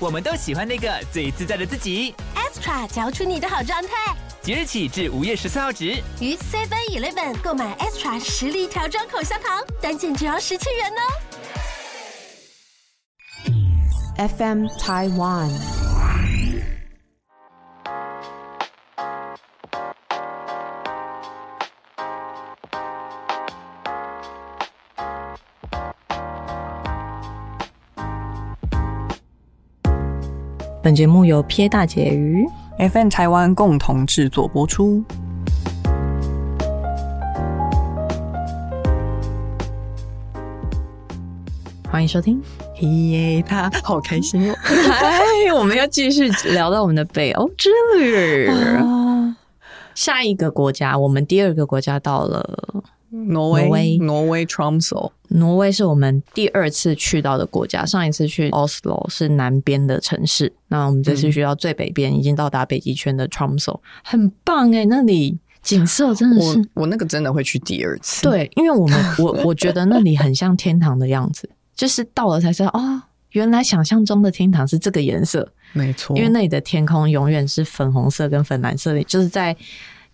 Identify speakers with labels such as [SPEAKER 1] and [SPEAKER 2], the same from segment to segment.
[SPEAKER 1] 我们都喜欢那个最自在的自己。
[SPEAKER 2] extra 嚼出你的好状态。
[SPEAKER 1] 即日起至五月十四号止。
[SPEAKER 2] 于 Seven Eleven 购买 extra 实力调装口香糖，单件只要十七元哦。
[SPEAKER 3] FM Taiwan。
[SPEAKER 4] 本节目由撇大姐鱼
[SPEAKER 5] FN 台湾共同制作播出。
[SPEAKER 4] 欢迎收听。
[SPEAKER 5] 耶，他好开心哦！
[SPEAKER 4] 嗨，哎我们要继续聊到我们的北欧 之旅。下一个国家，我们第二个国家到了
[SPEAKER 5] 挪
[SPEAKER 4] 挪威
[SPEAKER 5] 威，挪威 Tromso，
[SPEAKER 4] 挪威，是我们第二次去到的国家。上一次去 Oslo 是南边的城市，那我们这次去到最北边，已经到达北极圈的 Tromso，很嗯棒哎、那里景色真的嗯是
[SPEAKER 5] 我我那个真的会去第二次。，
[SPEAKER 4] 对，因为我们我我觉得那里很像天堂的样子，就是到了才知道哦，原来想象中的天堂是这个颜色，
[SPEAKER 5] 没错，
[SPEAKER 4] 因为那里的天空永远是粉红色跟粉蓝色的，就是在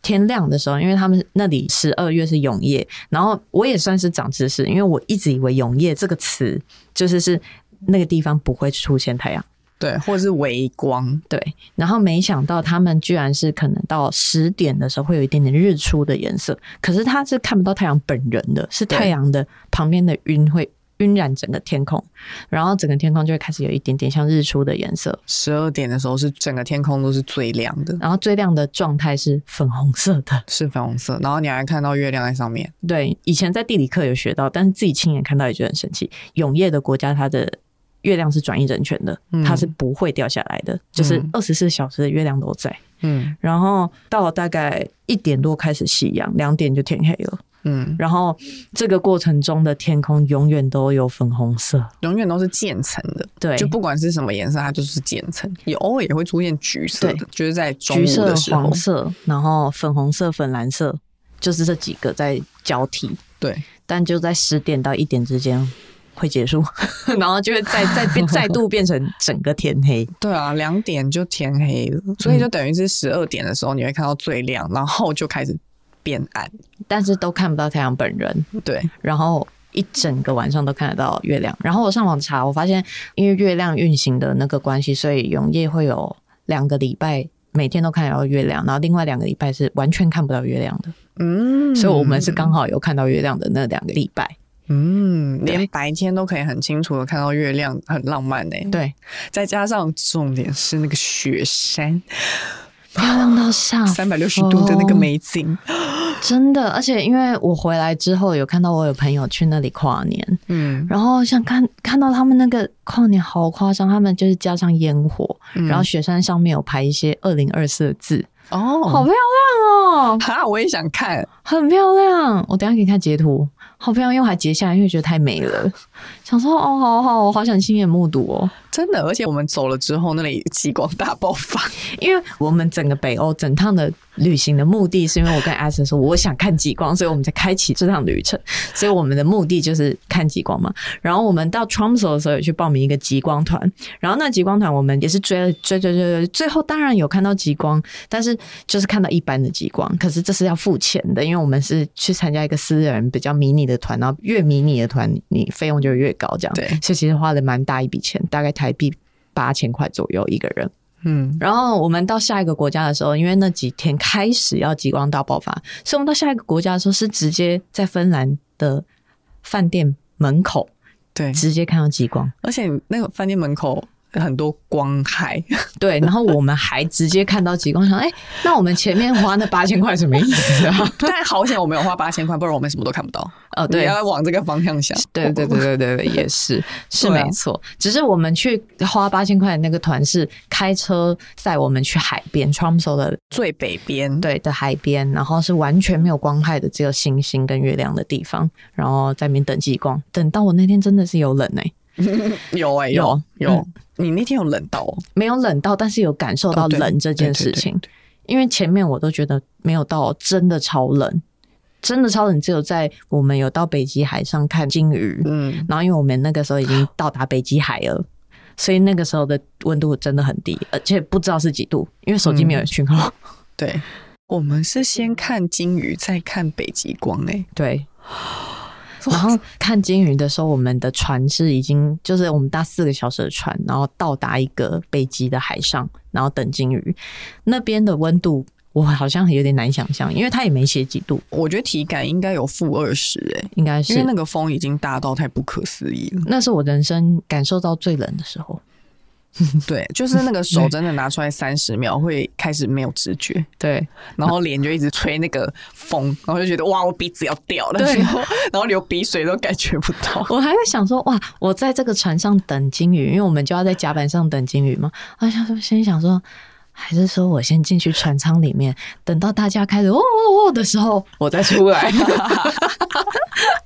[SPEAKER 4] 天亮的时候，因为他们那里十二月是永夜，然后我也算是长知识，因为我一直以为永夜这个词就是是那个地方不会出现太阳。
[SPEAKER 5] 对，或者是微光，
[SPEAKER 4] 对，然后没想到他们居然是可能到十点的时候会有一点点日出的颜色，可是他是看不到太阳本人的，是
[SPEAKER 5] 对
[SPEAKER 4] 太阳的旁边的云会晕染整个天空，然后整个天空就会开始有一点点像日出的颜色，
[SPEAKER 5] 十二点的时候是整个天空都是最亮的，
[SPEAKER 4] 然后最亮的状态是粉红色的。
[SPEAKER 5] 是粉红色，然后你还看到月亮在上面。
[SPEAKER 4] 对，以前在地理课有学到，但是自己亲眼看到也觉得很神奇。永夜的国家，它的月亮是转移人权的，
[SPEAKER 5] 嗯
[SPEAKER 4] 它是不会掉下来的，就是
[SPEAKER 5] 嗯
[SPEAKER 4] 二十四小时的月亮都在。
[SPEAKER 5] 嗯
[SPEAKER 4] 然后到了大概一点多开始夕阳，两点就天黑了。
[SPEAKER 5] 嗯，
[SPEAKER 4] 然后这个过程中的天空永远都有粉红色，
[SPEAKER 5] 永远都是渐层的，
[SPEAKER 4] 对，
[SPEAKER 5] 就不管是什么颜色，它就是渐层。有偶尔也会出现橘色的
[SPEAKER 4] 对，
[SPEAKER 5] 就是在中
[SPEAKER 4] 橘
[SPEAKER 5] 午
[SPEAKER 4] 色
[SPEAKER 5] 的、时候
[SPEAKER 4] 黄。色，然后粉红色、粉蓝色，就是这几个在交替，
[SPEAKER 5] 对，
[SPEAKER 4] 但就在十点到一点之间。会结 束，然后就会再再变再度变成整个天黑。
[SPEAKER 5] 对啊，两点就天黑了，所以就等于是十二点的时候你会看到最亮，然后就开始变暗。
[SPEAKER 4] 但是都看不到太阳本人，
[SPEAKER 5] 对，
[SPEAKER 4] 然后一整个晚上都看得到月亮。然后我上网查，我发现因为月亮运行的那个关系，所以永夜会有两个礼拜每天都看得到月亮，然后另外两个礼拜是完全看不到月亮的。
[SPEAKER 5] 嗯，
[SPEAKER 4] 所以我们是刚好有看到月亮的那两个礼拜。
[SPEAKER 5] 嗯，连
[SPEAKER 4] 对
[SPEAKER 5] 白天都可以很清楚的看到月亮，很浪漫呢、
[SPEAKER 4] 对，
[SPEAKER 5] 再加上重点是那个雪山，
[SPEAKER 4] 漂亮到上
[SPEAKER 5] 哦三百六十度的那个美景，
[SPEAKER 4] 真的。而且因为我回来之后有看到我有朋友去那里跨年，
[SPEAKER 5] 嗯，
[SPEAKER 4] 然后像看看到他们那个跨年好夸张，他们就是加上烟火，
[SPEAKER 5] 嗯
[SPEAKER 4] 然后雪山上面有排一些二零二四的字，好
[SPEAKER 5] 哦，
[SPEAKER 4] 漂亮哦，
[SPEAKER 5] 哈，我也想看，
[SPEAKER 4] 很漂亮。我等一下给你看截图，好漂亮，因为我还截下来，因为觉得太美了，想说哦，好好，我好想亲眼目睹哦。
[SPEAKER 5] 真的，而且我们走了之后，那里极光大爆发，
[SPEAKER 4] 因为我们整个北欧整趟的旅行的目的，是因为我跟阿神说我想看极光，所以我们才开启这趟旅程。所以我们的目的就是看极光嘛。然后我们到 Tromso 的时候，也去报名一个极光团。然后那极光团我们也是追了追追追追，最后当然有看到极光，但是就是看到一般的极光。可是这是要付钱的，因为我们是去参加一个私人比较迷你的团，然后越迷你的团，你费用就越高，这样。
[SPEAKER 5] 对
[SPEAKER 4] 所以其实花了蛮大一笔钱，大概台币八千块左右一个人。
[SPEAKER 5] 嗯，
[SPEAKER 4] 然后我们到下一个国家的时候，因为那几天开始要极光大爆发，所以我们到下一个国家的时候是直接在芬兰的饭店门口
[SPEAKER 5] 对，
[SPEAKER 4] 直接看到极光，
[SPEAKER 5] 而且那个饭店门口很多光害，
[SPEAKER 4] 对，然后我们还直接看到极光，想哎、那我们前面花那八千块什么意 思啊？
[SPEAKER 5] 但好险我没有花八千块，不然我们什么都看不到。
[SPEAKER 4] 哦，对
[SPEAKER 5] 你，要往这个方向想。
[SPEAKER 4] 对对对对对对，也 是是
[SPEAKER 5] 对啊
[SPEAKER 4] 没错。只是我们去花八千块的那个团是开车载我们去海边 Tromso 的
[SPEAKER 5] 最北边，
[SPEAKER 4] 对的海边，然后是完全没有光害的，只有星星跟月亮的地方，然后在那边等极光。等到我那天真的是有冷哎、
[SPEAKER 5] 有哎、
[SPEAKER 4] 有
[SPEAKER 5] 有有、
[SPEAKER 4] 嗯
[SPEAKER 5] 你那天有冷到哦，
[SPEAKER 4] 没有冷到，但是有感受到
[SPEAKER 5] 哦对
[SPEAKER 4] 冷这件事
[SPEAKER 5] 对对对
[SPEAKER 4] 情。因为前面我都觉得没有到真的超冷，真的超冷只有在我们有到北极海上看鲸鱼，
[SPEAKER 5] 嗯，
[SPEAKER 4] 然后因为我们那个时候已经到达北极海了，所以那个时候的温度真的很低，而且不知道是几度，因为手机没
[SPEAKER 5] 嗯
[SPEAKER 4] 有讯号。
[SPEAKER 5] 对。我们是先看金鱼，再看北极光哎、
[SPEAKER 4] 对。然后看鲸鱼的时候，我们的船是已经就是我们搭四个小时的船，然后到达一个北极的海上，然后等鲸鱼。那边的温度我好像有点难想象，因为它也没写几度，
[SPEAKER 5] 我觉得体感应该有负二十哎，
[SPEAKER 4] 应该
[SPEAKER 5] 因为
[SPEAKER 4] 是
[SPEAKER 5] 那个风已经大到太不可思议 了。
[SPEAKER 4] 那是我人生感受到最冷的时候。
[SPEAKER 5] 对，就是那个手真的拿出来三 十秒，会开始没有知觉，
[SPEAKER 4] 对，
[SPEAKER 5] 然后脸就一直吹那个风，然后就觉得哇，我鼻子要掉了，然后然后流鼻水都感觉不到。
[SPEAKER 4] 我还在想说，哇，我在这个船上等鲸鱼，因为我们就要在甲板上等鲸鱼嘛。我想说，先想说，还是说我先进去船舱里面，等到大家开始哦哦哦的时候，我再出来。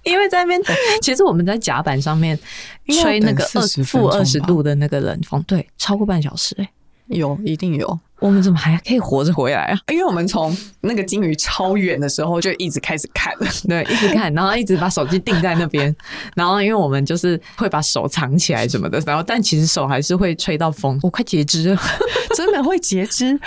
[SPEAKER 4] 因为在那边，其实我们在甲板上 面
[SPEAKER 5] 应该要
[SPEAKER 4] 吹那个
[SPEAKER 5] 等
[SPEAKER 4] 二
[SPEAKER 5] 40
[SPEAKER 4] 负二十
[SPEAKER 5] 分钟吧
[SPEAKER 4] 度的那个冷风，对，超过半小时、欸，
[SPEAKER 5] 有，一定有，
[SPEAKER 4] 我们怎么还可以活着回来啊？
[SPEAKER 5] 因为我们从那个金鱼超远的时候就一直开始看了，
[SPEAKER 4] 对，一直看，然后一直把手机定在那边， 然后因为我们就是会把手藏起来什么的，然后但其实手还是会吹到风，我快截肢了。
[SPEAKER 5] 真的会截肢。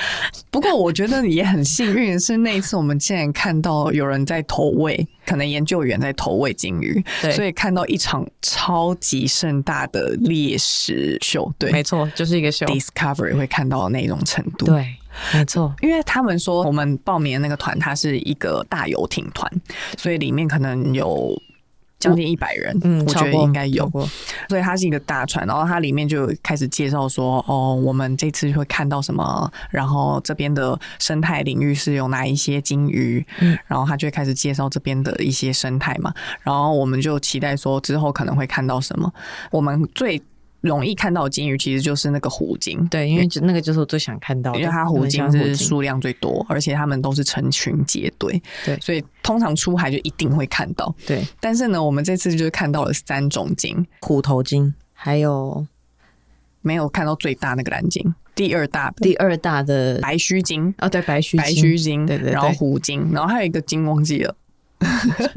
[SPEAKER 5] 不过我觉得也很幸运，是那一次我们竟然看到有人在投喂，可能研究员在投喂金鱼，
[SPEAKER 4] 对
[SPEAKER 5] 所以看到一场超级盛大的猎食秀，
[SPEAKER 4] 没
[SPEAKER 5] 对
[SPEAKER 4] 错，就是一个秀。
[SPEAKER 5] ，Discovery 会看到的那种程度。
[SPEAKER 4] 对，没错，
[SPEAKER 5] 因为他们说我们报名的那个团，它是一个大游艇团，所以里面可能有将近一百人，
[SPEAKER 4] 嗯，
[SPEAKER 5] 我觉得
[SPEAKER 4] 超过
[SPEAKER 5] 应该有
[SPEAKER 4] 超。过
[SPEAKER 5] 所以它是一个大船，然后它里面就有开始介绍说，哦，我们这次会看到什么，然后这边的生态领域是有哪一些鲸鱼，
[SPEAKER 4] 嗯
[SPEAKER 5] 然后它就会开始介绍这边的一些生态嘛，然后我们就期待说之后可能会看到什么。我们最容易看到的鲸鱼其实就是那个虎鲸，
[SPEAKER 4] 对，因为就那个就是我最想看到的，
[SPEAKER 5] 因为它虎
[SPEAKER 4] 金
[SPEAKER 5] 鲸是数量最多，而且它们都是成群结队，
[SPEAKER 4] 对
[SPEAKER 5] 所以通常出海就一定会看到。
[SPEAKER 4] 对
[SPEAKER 5] 但是呢，我们这次就是看到了三种鲸，
[SPEAKER 4] 虎头鲸，还有
[SPEAKER 5] 没有看到最大那个蓝鲸，第二大
[SPEAKER 4] 第二大的
[SPEAKER 5] 白须鲸。
[SPEAKER 4] 哦，对，白须
[SPEAKER 5] 白须鲸，
[SPEAKER 4] 对对对
[SPEAKER 5] 然后虎鲸，然后还有一个鲸忘记了，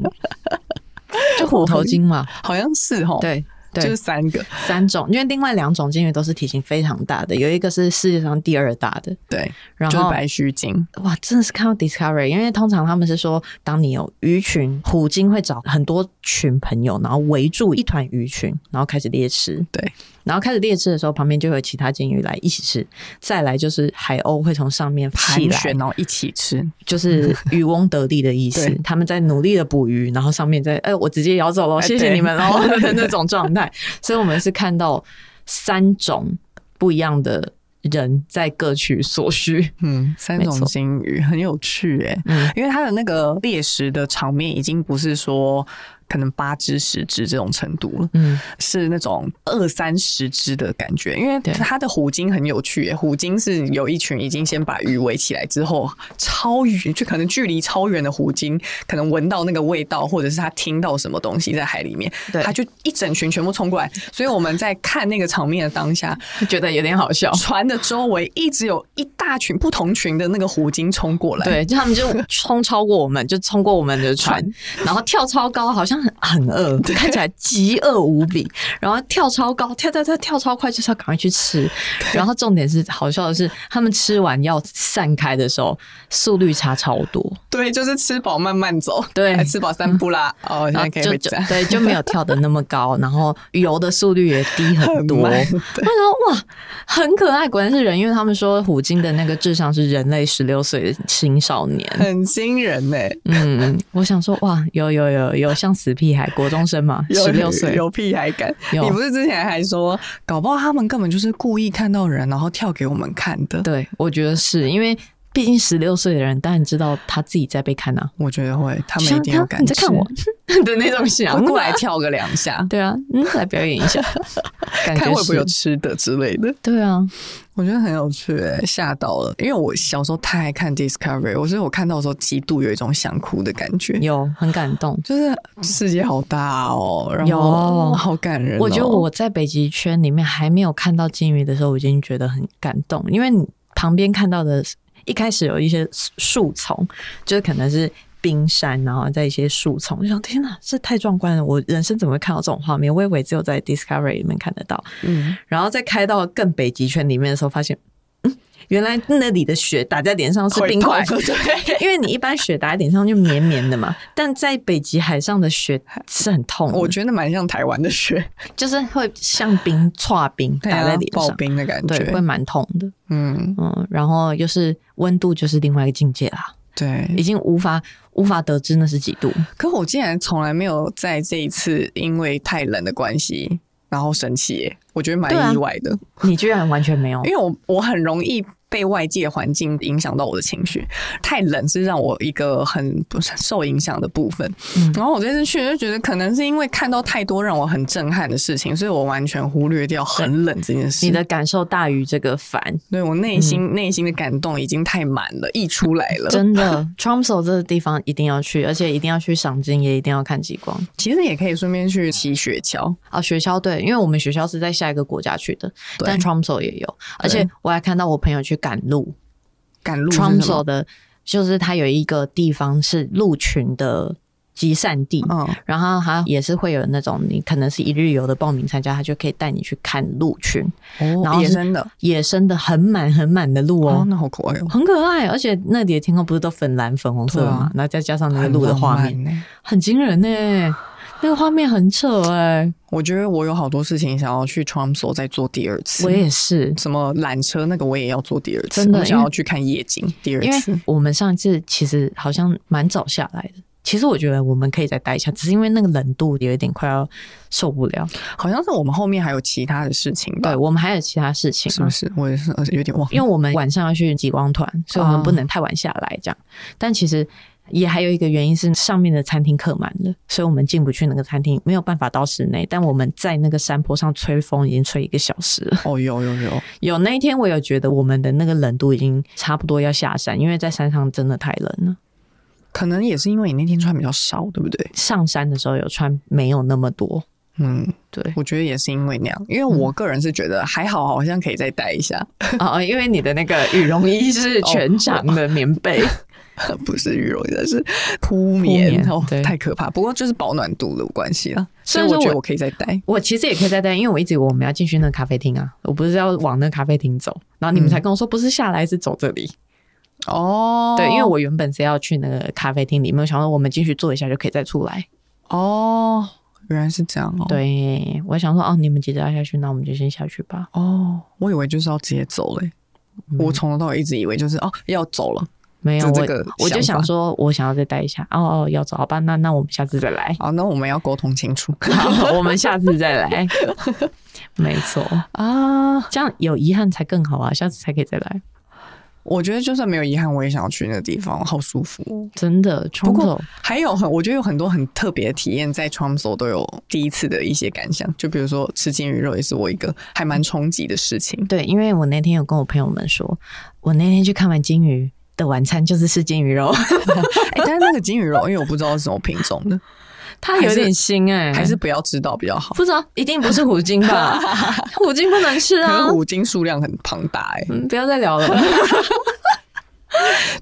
[SPEAKER 4] 就虎头鲸 嘛，
[SPEAKER 5] 好像是哦，，
[SPEAKER 4] 对。
[SPEAKER 5] 就
[SPEAKER 4] 对
[SPEAKER 5] 是，三个，
[SPEAKER 4] 三种，因为另外两种鲸鱼都是体型非常大的，有一个是世界上第二大的，
[SPEAKER 5] 对，
[SPEAKER 4] 然
[SPEAKER 5] 就是
[SPEAKER 4] 后
[SPEAKER 5] 白须鲸，
[SPEAKER 4] 哇，真的是看到 Discovery，因为通常他们是说，当你有鱼群，虎鲸会找很多群朋友，然后围住一团鱼群，然后开始猎吃。
[SPEAKER 5] 对，
[SPEAKER 4] 然后开始猎吃的时候，旁边就会有其他鲸鱼来一起吃。再来就是海鸥会从上面
[SPEAKER 5] 盘
[SPEAKER 4] 起来
[SPEAKER 5] 旋，，然后一起吃，
[SPEAKER 4] 就是渔翁得利的意思
[SPEAKER 5] 对。
[SPEAKER 4] 他们在努力的捕鱼，然后上面在，哎、我直接咬走了，
[SPEAKER 5] 哎
[SPEAKER 4] 谢谢
[SPEAKER 5] 对
[SPEAKER 4] 你们喽 的那种状态。所以我们是看到三种不一样的人在各取所需。
[SPEAKER 5] 嗯，三
[SPEAKER 4] 没
[SPEAKER 5] 种
[SPEAKER 4] 错
[SPEAKER 5] 鲸鱼很有趣哎、
[SPEAKER 4] 嗯
[SPEAKER 5] 因为它的那个猎食的场面已经不是说可能八只十只这种程度了，
[SPEAKER 4] 嗯，
[SPEAKER 5] 是那种二三十只的感觉。因为
[SPEAKER 4] 对
[SPEAKER 5] 它的虎鲸很有趣、耶，虎鲸是有一群已经先把鱼围起来之后，超远就可能距离超远的虎鲸，可能闻到那个味道，或者是它听到什么东西在海里面，
[SPEAKER 4] 对
[SPEAKER 5] 它就一整群全部冲过来。所以我们在看那个场面的当下，
[SPEAKER 4] 觉得有点好笑。
[SPEAKER 5] 船的周围一直有一大群不同群的那个虎鲸冲过来。
[SPEAKER 4] 对，就他们就冲超过我们，就冲过我们的船，然后跳超高，好像很很饿，看起来极饿无比，然后跳超高，跳跳跳跳超快，就是要赶快去吃。然后重点是好笑的是，他们吃完要散开的时候，速率差超多，
[SPEAKER 5] 对，就是吃饱慢慢走，
[SPEAKER 4] 对嗯
[SPEAKER 5] 还吃饱散步啦。哦，
[SPEAKER 4] 然
[SPEAKER 5] 现在
[SPEAKER 4] 后
[SPEAKER 5] 可以
[SPEAKER 4] 就
[SPEAKER 5] 回
[SPEAKER 4] 就
[SPEAKER 5] 家。
[SPEAKER 4] 对就没有跳的那么高，然后游的速率也低很多。
[SPEAKER 5] 很慢
[SPEAKER 4] 我想说哇，很可爱，果然是人，因为他们说虎鲸的那个智商是人类十六岁的青少年。
[SPEAKER 5] 很惊人呢、
[SPEAKER 4] 嗯，我想说，哇，有有有有，像死屁孩，国中生嘛，
[SPEAKER 5] 有
[SPEAKER 4] 十六岁，
[SPEAKER 5] 有屁孩感。
[SPEAKER 4] 有
[SPEAKER 5] 你不是之前还说，搞不好他们根本就是故意看到人，然后跳给我们看的。
[SPEAKER 4] 对，我觉得是因为毕竟十六岁的人当然知道他自己在被看啊，
[SPEAKER 5] 我觉得会，他们
[SPEAKER 4] 像
[SPEAKER 5] 一定有
[SPEAKER 4] 他
[SPEAKER 5] 感
[SPEAKER 4] 你
[SPEAKER 5] 觉。
[SPEAKER 4] 在看 我的那种想
[SPEAKER 5] 会过来
[SPEAKER 4] 法。
[SPEAKER 5] 跳个两下，
[SPEAKER 4] 对啊，嗯，来表演一下，感
[SPEAKER 5] 看
[SPEAKER 4] 觉
[SPEAKER 5] 会不会有
[SPEAKER 4] 是
[SPEAKER 5] 吃的之类的。
[SPEAKER 4] 对啊，
[SPEAKER 5] 我觉得很有趣、欸，吓到了。因为我小时候太爱看 Discovery，我所以我看到的时候极度有一种想哭的感觉。
[SPEAKER 4] 有很感动。
[SPEAKER 5] 就是世界好大哦，然
[SPEAKER 4] 有
[SPEAKER 5] 后好感人哦、
[SPEAKER 4] 我觉得我在北极圈里面还没有看到鲸鱼的时候，我已经觉得很感动，因为你旁边看到的，一开始有一些树丛，就是可能是冰山，然后在一些树丛，就想天哪，这太壮观了！我人生怎么会看到这种画面？我以为只有在 Discovery 里面看得到，
[SPEAKER 5] 嗯，
[SPEAKER 4] 然后再开到更北极圈里面的时候，发现，嗯，原来那里的雪打在脸上是
[SPEAKER 5] 会
[SPEAKER 4] 冰
[SPEAKER 5] 痛
[SPEAKER 4] 块，
[SPEAKER 5] 对
[SPEAKER 4] 因为你一般雪打在脸上就绵绵的嘛，但在北极海上的雪是很痛的，
[SPEAKER 5] 我觉得蛮像台湾的雪，
[SPEAKER 4] 就是会像冰歘冰
[SPEAKER 5] 对
[SPEAKER 4] 打在
[SPEAKER 5] 啊
[SPEAKER 4] 脸
[SPEAKER 5] 刨
[SPEAKER 4] 上，
[SPEAKER 5] 冰的感
[SPEAKER 4] 对，会
[SPEAKER 5] 觉。
[SPEAKER 4] 蛮痛的。
[SPEAKER 5] 嗯，
[SPEAKER 4] 嗯，然后又是温度，就是另外一个境界啦，已
[SPEAKER 5] 对。
[SPEAKER 4] 经无法无法得知那是几 度。
[SPEAKER 5] 可我竟然从来没有在这一次因为太冷的关系，然后生气耶，我觉得蛮
[SPEAKER 4] 对啊
[SPEAKER 5] 意外的。
[SPEAKER 4] 你居然完全没有
[SPEAKER 5] 因为我我很容易被外界环境影响到我的情绪，太冷是让我一个很不受影响的部分。
[SPEAKER 4] 嗯
[SPEAKER 5] 然后我这次去就觉得，可能是因为看到太多让我很震撼的事情，所以我完全忽略掉很冷这件事。
[SPEAKER 4] 你的感受大于这个烦，
[SPEAKER 5] 对我内心内、心的感动已经太满了，溢出来了。
[SPEAKER 4] 真的。Tromso 这个地方一定要去，而且一定要去赏金，也一定要看极光。
[SPEAKER 5] 其实也可以顺便去骑雪橇，
[SPEAKER 4] 啊，学校对，因为我们学校是在下一个国家去的，
[SPEAKER 5] 对
[SPEAKER 4] 但 Tromso 也有，而且我还看到我朋友去赶路，
[SPEAKER 5] 赶路是
[SPEAKER 4] t r o
[SPEAKER 5] 什
[SPEAKER 4] m
[SPEAKER 5] 么
[SPEAKER 4] s o 的，就是它有一个地方是鹿群的集散地，
[SPEAKER 5] 嗯，
[SPEAKER 4] 然后它也是会有那种你可能是一日游的报名参加，它就可以带你去看鹿群，然后
[SPEAKER 5] 野
[SPEAKER 4] 是
[SPEAKER 5] 生的，
[SPEAKER 4] 野生的很满很满的鹿
[SPEAKER 5] 哦
[SPEAKER 4] 哦，。
[SPEAKER 5] 那好可爱哦，
[SPEAKER 4] 很可爱，而且那里的天空不是都粉蓝、粉红色的
[SPEAKER 5] 对
[SPEAKER 4] 嘛
[SPEAKER 5] 啊，
[SPEAKER 4] 然后再加上那个鹿的画
[SPEAKER 5] 很浪
[SPEAKER 4] 面，
[SPEAKER 5] 漫呢。
[SPEAKER 4] 很惊人呢、那个画面很扯哎、
[SPEAKER 5] 我觉得我有好多事情想要去 Tromso 再做第二次。
[SPEAKER 4] 我也是，
[SPEAKER 5] 什么缆车那个我也要做第二次，
[SPEAKER 4] 真的
[SPEAKER 5] 我想
[SPEAKER 4] 因为
[SPEAKER 5] 要去看夜景第
[SPEAKER 4] 因
[SPEAKER 5] 二次
[SPEAKER 4] 为。我们上一次其实好像蛮早下来的。其实我觉得我们可以再待一下，只是因为那个冷度有一点快要受不了。
[SPEAKER 5] 好像是我们后面还有其他的事情吧？
[SPEAKER 4] 对，我们还有其他事情、
[SPEAKER 5] 是
[SPEAKER 4] 啊
[SPEAKER 5] 不，是？我也是呃有点忘了。
[SPEAKER 4] 嗯因为我们晚上要去极光团，所以我
[SPEAKER 5] 哦
[SPEAKER 4] 们不能太晚下来这样。但其实也还有一个原因是上面的餐厅客满了，所以我们进不去那个餐厅，没有办法到室内。但我们在那个山坡上吹风已经吹一个小时了。
[SPEAKER 5] 哦，有有有，
[SPEAKER 4] 有那一天，我有觉得我们的那个冷度已经差不多要下山，因为在山上真的太冷了。
[SPEAKER 5] 可能也是因为你那天穿比较少，对不对？
[SPEAKER 4] 上山的时候有穿没有那么多，
[SPEAKER 5] 嗯，
[SPEAKER 4] 对
[SPEAKER 5] 我觉得也是因为那样，因为我个人是觉得还好，好像可以再待一下，
[SPEAKER 4] 啊、因为你的那个羽绒衣是全长的棉被，
[SPEAKER 5] 不是羽绒，但是铺棉
[SPEAKER 4] 铺棉
[SPEAKER 5] 哦
[SPEAKER 4] 对，
[SPEAKER 5] 太可怕。不过就是保暖度的关系啦，
[SPEAKER 4] 虽
[SPEAKER 5] 所以
[SPEAKER 4] 然说
[SPEAKER 5] 我觉得
[SPEAKER 4] 我
[SPEAKER 5] 我可以再待。
[SPEAKER 4] 我其实也可以再待，因为我一直以为我们要进去那个咖啡厅啊，我不是要往那个咖啡厅走，然后你们才跟我说不是下来是走这里。
[SPEAKER 5] 哦，
[SPEAKER 4] 对，因为我原本是要去那个咖啡厅里面，我想说我们进去坐一下就可以再出来。
[SPEAKER 5] 哦，原来是这样哦。
[SPEAKER 4] 对，我想说哦，你们急着要下去，那我们就先下去吧。
[SPEAKER 5] 哦，我以为就是要直接走嘞、
[SPEAKER 4] 嗯
[SPEAKER 5] 我从头到尾一直以为就是哦要走了，
[SPEAKER 4] 没有
[SPEAKER 5] 就
[SPEAKER 4] 我
[SPEAKER 5] 这个想法。
[SPEAKER 4] 我就想说我想要再待一下。哦哦，要走好吧，那那我们下次再来
[SPEAKER 5] 好，那我们要沟通 清楚
[SPEAKER 4] 好，我们下次再 来。没错，
[SPEAKER 5] 啊！
[SPEAKER 4] 这样有遗憾才更好啊，下次才可以再来。
[SPEAKER 5] 我觉得就算没有遗憾，我也想要去那个地方，好舒服哦。
[SPEAKER 4] 真的，
[SPEAKER 5] 不
[SPEAKER 4] 冲
[SPEAKER 5] 过
[SPEAKER 4] 头
[SPEAKER 5] 还有很，我觉得有很多很特别的体验，在 Tromso 都有第一次的一些感想，就比如说吃金鱼肉也是我一个还蛮冲击的事 情。
[SPEAKER 4] 对，因为我那天有跟我朋友们说，我那天去看完金鱼的晚餐就是吃金鱼 肉，
[SPEAKER 5] 哎、但是那个金鱼肉，因为我不知道是什么品种的，
[SPEAKER 4] 它有点腥哎、
[SPEAKER 5] 还是不要知道比较好。
[SPEAKER 4] 不知道，一定不是虎鲸 吧？虎鲸不能吃
[SPEAKER 5] 可
[SPEAKER 4] 啊
[SPEAKER 5] 是！虎鲸数量很庞大哎、
[SPEAKER 4] 嗯，不要再聊了。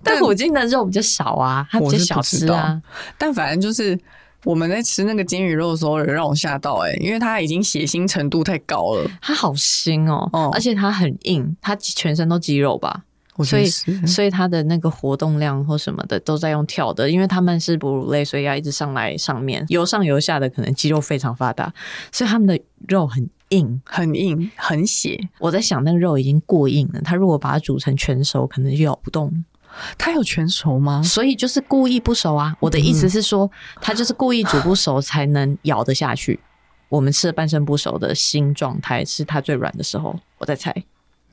[SPEAKER 4] 但
[SPEAKER 5] 但
[SPEAKER 4] 虎鲸的肉比较少啊，它比较小吃啊。
[SPEAKER 5] 但反正就是我们在吃那个金鱼肉的时候，有让我吓到哎、因为它已经血腥程度太高了。
[SPEAKER 4] 它好腥哦，
[SPEAKER 5] 哦
[SPEAKER 4] 而且它很硬，它全身都肌肉吧，
[SPEAKER 5] 我觉
[SPEAKER 4] 所
[SPEAKER 5] 得
[SPEAKER 4] 以
[SPEAKER 5] 是
[SPEAKER 4] 所以它的那个活动量或什么的都在用跳的，因为他们是哺乳类，所以要一直上来上面游上游下的，可能肌肉非常发达，所以他们的肉很硬。
[SPEAKER 5] 很硬很血。
[SPEAKER 4] 我在想，那个肉已经过硬了，它如果把它煮成全熟，可能就咬不动。
[SPEAKER 5] 它有全熟吗？
[SPEAKER 4] 所以就是故意不熟啊。我的
[SPEAKER 5] 嗯
[SPEAKER 4] 意思是说，它就是故意煮不熟才能咬得下去。我们吃的半生不熟的新状态是它最软的时候，我在猜。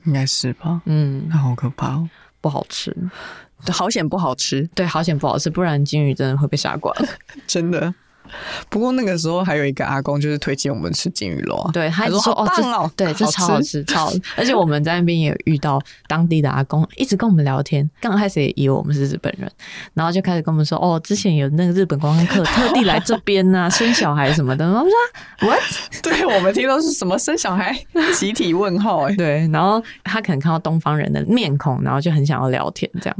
[SPEAKER 5] 应该是吧。
[SPEAKER 4] 嗯，
[SPEAKER 5] 那好可怕哦！
[SPEAKER 4] 不好吃。
[SPEAKER 5] 好险不好吃，
[SPEAKER 4] 对，好险不好吃，不然金鱼真的会被杀 光。
[SPEAKER 5] 真的。不过那个时候还有一个阿公，就是推荐我们吃金鱼肉啊。
[SPEAKER 4] 对，他一直
[SPEAKER 5] 说
[SPEAKER 4] 说
[SPEAKER 5] 好
[SPEAKER 4] 这
[SPEAKER 5] 棒哦，
[SPEAKER 4] 对，这超好吃，
[SPEAKER 5] 吃。
[SPEAKER 4] 超好吃。而且我们在那边也有遇到当地的阿公，一直跟我们聊天。刚开始也以为我们是日本人，然后就开始跟我们说，哦，之前有那个日本观光客特地来这边 呐、生小孩什么的。然后我们说 what？
[SPEAKER 5] 对我们听到是什么生小 孩，集体问号哎、
[SPEAKER 4] 对，然后他可能看到东方人的面孔，然后就很想要聊天，这样。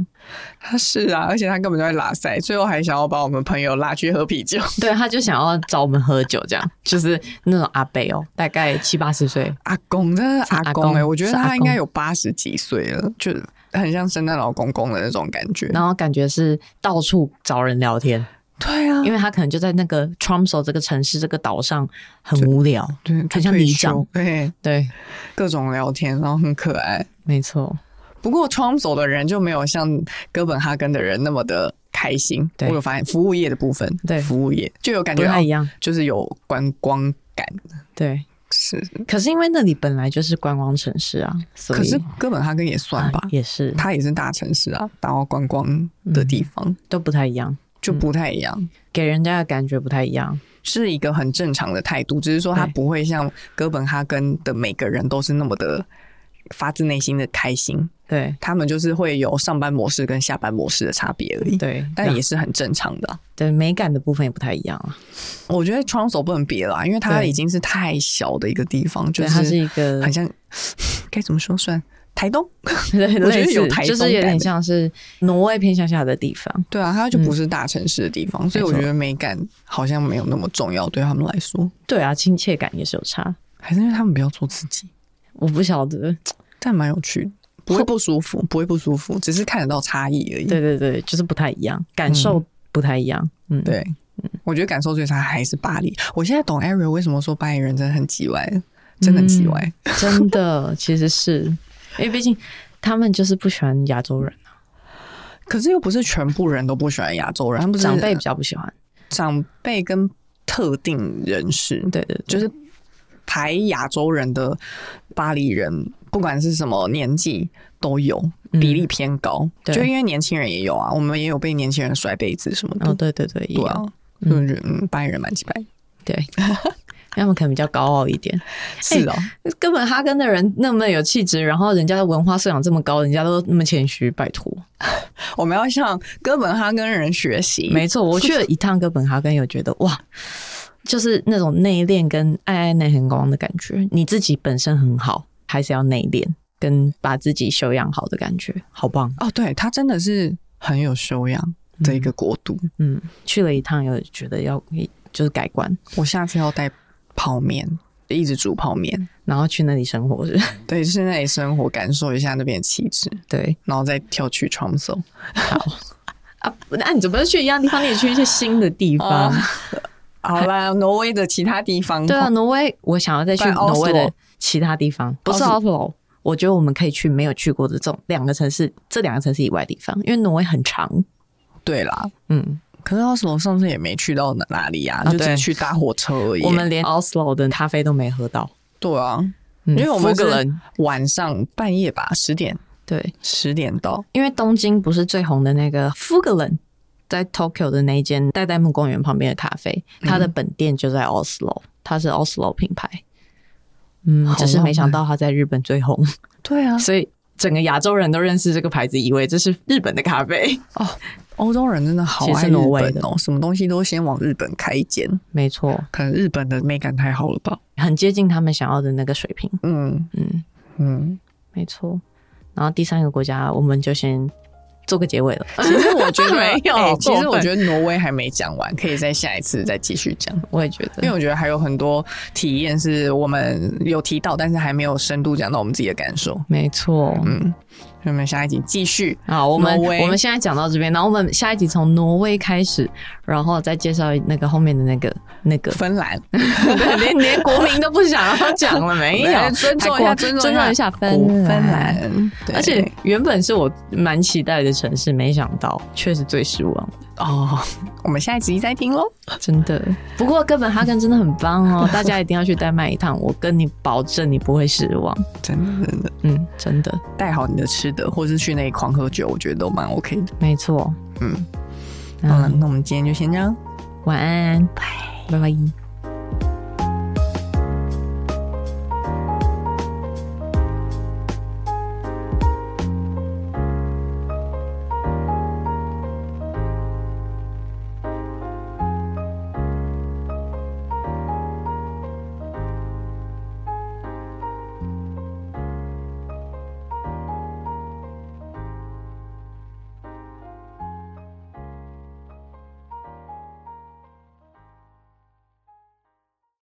[SPEAKER 5] 他是啊，而且他根本就在拉塞，最后还想要把我们朋友拉去喝啤酒。
[SPEAKER 4] 对，他就想要找我们喝酒，这样就是那种阿伯哦，大概七八十岁，
[SPEAKER 5] 阿公真的是阿公哎、
[SPEAKER 4] 是阿公
[SPEAKER 5] 我觉得
[SPEAKER 4] 是阿
[SPEAKER 5] 他
[SPEAKER 4] 公
[SPEAKER 5] 应该有八十几岁了，就很像圣诞老公公的那种感觉。
[SPEAKER 4] 然后感觉是到处找人聊天。
[SPEAKER 5] 对啊，
[SPEAKER 4] 因为他可能就在那个 Tromso 这个城市这个岛上很无聊，
[SPEAKER 5] 对，就
[SPEAKER 4] 很像
[SPEAKER 5] 退
[SPEAKER 4] 里
[SPEAKER 5] 休
[SPEAKER 4] 长，
[SPEAKER 5] 对，
[SPEAKER 4] 对，
[SPEAKER 5] 各种聊天，然后很可爱。
[SPEAKER 4] 没错，
[SPEAKER 5] 不过窗走的人就没有像哥本哈根的人那么的开心。我
[SPEAKER 4] 对
[SPEAKER 5] 有发现服务业的部分，
[SPEAKER 4] 对
[SPEAKER 5] 服务业就有感觉
[SPEAKER 4] 不太一样
[SPEAKER 5] 哦就是有观光感。
[SPEAKER 4] 对。
[SPEAKER 5] 是，
[SPEAKER 4] 可是因为那里本来就是观光城市啊，所以
[SPEAKER 5] 嗯可是哥本哈根也
[SPEAKER 4] 啊
[SPEAKER 5] 算吧，
[SPEAKER 4] 也是嗯
[SPEAKER 5] 它也是大城市啊，然后观光的地方、
[SPEAKER 4] 都不太一样，
[SPEAKER 5] 就不太一样。
[SPEAKER 4] 给人家的感觉不太一样。
[SPEAKER 5] 是一个很正常的态度，只是说他
[SPEAKER 4] 对
[SPEAKER 5] 不会像哥本哈根的每个人都是那么的发自内心的开心，
[SPEAKER 4] 对
[SPEAKER 5] 他们就是会有上班模式跟下班模式的差别而已。，
[SPEAKER 4] 对，
[SPEAKER 5] 但
[SPEAKER 4] 那
[SPEAKER 5] 也是很正常的啊、
[SPEAKER 4] 对美感的部分也不太一样啊。
[SPEAKER 5] 我觉得双手不能别了啊，因为它
[SPEAKER 4] 对
[SPEAKER 5] 已经是太小的一个地方，就
[SPEAKER 4] 对，它是一个
[SPEAKER 5] 很像该怎么说算台东？
[SPEAKER 4] 对
[SPEAKER 5] 我觉
[SPEAKER 4] 类
[SPEAKER 5] 得有
[SPEAKER 4] 似
[SPEAKER 5] 台
[SPEAKER 4] 就
[SPEAKER 5] 风
[SPEAKER 4] 是有
[SPEAKER 5] 感
[SPEAKER 4] 点
[SPEAKER 5] 的
[SPEAKER 4] 像是挪威偏向下的地方。
[SPEAKER 5] 对啊，它就不是大城市的地方，所以
[SPEAKER 4] 嗯没
[SPEAKER 5] 我
[SPEAKER 4] 错
[SPEAKER 5] 觉得美感好像没有那么重要，对他们来说，
[SPEAKER 4] 对啊，亲切感也是有差。
[SPEAKER 5] 还是因为他们比较做自己。
[SPEAKER 4] 我不晓得，
[SPEAKER 5] 但蛮有趣的，不会不舒服，不会不舒服，只是看得到差异而已。
[SPEAKER 4] 对对对，就是不太一样，感受不太一样。嗯，
[SPEAKER 5] 对我觉得感受最差还是巴黎。我现在懂 Ariel 为什么说巴黎人真的很叽歪，真的很叽
[SPEAKER 4] 嗯
[SPEAKER 5] 歪。
[SPEAKER 4] 真的，其实是因为毕竟他们就是不喜欢亚洲人，
[SPEAKER 5] 可是又不是全部人都不喜欢亚洲人，他们不是
[SPEAKER 4] 长辈比较不喜欢。
[SPEAKER 5] 长辈跟特定人士，
[SPEAKER 4] 对对对，
[SPEAKER 5] 就是排亚洲人的巴黎人，不管是什么年纪都有比例偏高。
[SPEAKER 4] 嗯对
[SPEAKER 5] 就因为年轻人也有啊，我们也有被年轻人摔杯子什么的。
[SPEAKER 4] 哦，对对对，也有
[SPEAKER 5] 对啊，所以我觉得嗯，巴黎人蛮鸡掰。
[SPEAKER 4] 对， 因为他们可能比较高傲一点。
[SPEAKER 5] 是哦，
[SPEAKER 4] 哥本哈根的人那么有气质，然后人家的文化素养这么高，人家都那么谦虚，拜托。
[SPEAKER 5] 我们要向哥本哈根人学习。
[SPEAKER 4] 没 错，我去了一趟哥本哈根，有觉得哇。就是那种内敛跟爱爱内涵光的感觉，你自己本身很好，还是要内敛跟把自己修养好的感觉，好棒。
[SPEAKER 5] 哦，对他真的是很有修养的一个国度。
[SPEAKER 4] 嗯，去了一趟有觉得要就是改观，
[SPEAKER 5] 我下次要带泡面，一直煮泡面。
[SPEAKER 4] 然后去那里生活是不 是
[SPEAKER 5] 对，就是那里生活，感受一下那边的气质，
[SPEAKER 4] 对
[SPEAKER 5] 然后再跳去 t r o m s o
[SPEAKER 4] 啊，那你怎么去一样地方，你也去一些新的地方？
[SPEAKER 5] 啊好啦，挪威的其他地方，
[SPEAKER 4] 哦对啊，，挪威，我想要再去
[SPEAKER 5] 在
[SPEAKER 4] 挪威
[SPEAKER 5] Oslo
[SPEAKER 4] 的其他地方，不是 Oslo。我觉得我们可以去没有去过的这种两个城市，这两个城市以外的地方，因为挪威很长。
[SPEAKER 5] 对啦。
[SPEAKER 4] 嗯，
[SPEAKER 5] 可是 Oslo 上次也没去到哪哪里啊，
[SPEAKER 4] 啊
[SPEAKER 5] 就只
[SPEAKER 4] 对
[SPEAKER 5] 去搭火车而已。
[SPEAKER 4] 我们连嗯 Oslo 的咖啡都没喝到，
[SPEAKER 5] 对啊，
[SPEAKER 4] 因
[SPEAKER 5] 因为我们
[SPEAKER 4] 个
[SPEAKER 5] 是
[SPEAKER 4] 人
[SPEAKER 5] 晚上半夜吧，十点
[SPEAKER 4] 对，
[SPEAKER 5] 十点到，
[SPEAKER 4] 因为东京不是最红的那个 f u g e l a n 在 Tokyo 的那一间代代木公园旁边的咖啡，它的本店就在 Oslo，它是 Oslo 品牌。嗯，
[SPEAKER 5] 好
[SPEAKER 4] 只是
[SPEAKER 5] 浪
[SPEAKER 4] 没想
[SPEAKER 5] 漫
[SPEAKER 4] 到它在日本最红，
[SPEAKER 5] 对啊，
[SPEAKER 4] 所以整个亚洲人都认识这个牌子，以为这是日本的咖啡。
[SPEAKER 5] 欧洲人真的好
[SPEAKER 4] 其实
[SPEAKER 5] 爱
[SPEAKER 4] 是
[SPEAKER 5] 日
[SPEAKER 4] 挪威
[SPEAKER 5] 本
[SPEAKER 4] 的
[SPEAKER 5] 哦，什么东西都先往日本开一间，
[SPEAKER 4] 没错，
[SPEAKER 5] 可能日本的美感太好了吧？
[SPEAKER 4] 很接近他们想要的那个水平。
[SPEAKER 5] 嗯
[SPEAKER 4] 嗯，
[SPEAKER 5] 嗯，
[SPEAKER 4] 没错。然后第三个国家，我们就先做个结尾了。
[SPEAKER 5] 其实我 觉得
[SPEAKER 4] 没有
[SPEAKER 5] 哎其实
[SPEAKER 4] 过
[SPEAKER 5] 我
[SPEAKER 4] 分
[SPEAKER 5] 觉得挪威还没讲完，可以在下一次再继续讲。
[SPEAKER 4] 我也觉
[SPEAKER 5] 因为
[SPEAKER 4] 得，
[SPEAKER 5] 我觉得还有很多体验是我们有提到，但是还没有深度讲到我们自己的感受。
[SPEAKER 4] 没错。
[SPEAKER 5] 嗯，所以我们下一集继续。
[SPEAKER 4] 好，我们
[SPEAKER 5] 挪威
[SPEAKER 4] 我们现在讲到这边，然后我们下一集从挪威开始，然后再介绍那个后面的那个那个，
[SPEAKER 5] 芬 兰，
[SPEAKER 4] 连连国民都不想要讲 了，没有
[SPEAKER 5] 来，尊重一
[SPEAKER 4] 还
[SPEAKER 5] 下，
[SPEAKER 4] 国
[SPEAKER 5] 尊重
[SPEAKER 4] 尊
[SPEAKER 5] 一下
[SPEAKER 4] 重一下
[SPEAKER 5] 古
[SPEAKER 4] 芬
[SPEAKER 5] 芬
[SPEAKER 4] 兰。
[SPEAKER 5] 兰，对
[SPEAKER 4] 而且原本是我蛮期待的城市，没想到却是最失望，
[SPEAKER 5] 哦，我们下一集再听喽。
[SPEAKER 4] 真的。不过哥本哈根真的很棒 哦，大家一定要去丹麦一趟，我跟你保证你不会失望。
[SPEAKER 5] 真的真的，
[SPEAKER 4] 嗯，真的，
[SPEAKER 5] 带好你的吃的，或是去那里狂喝酒，我觉得都蛮 OK 的。
[SPEAKER 4] 没错。
[SPEAKER 5] 嗯，好了，
[SPEAKER 4] 嗯，
[SPEAKER 5] 那我们今天就先这样。
[SPEAKER 4] 晚安，拜拜。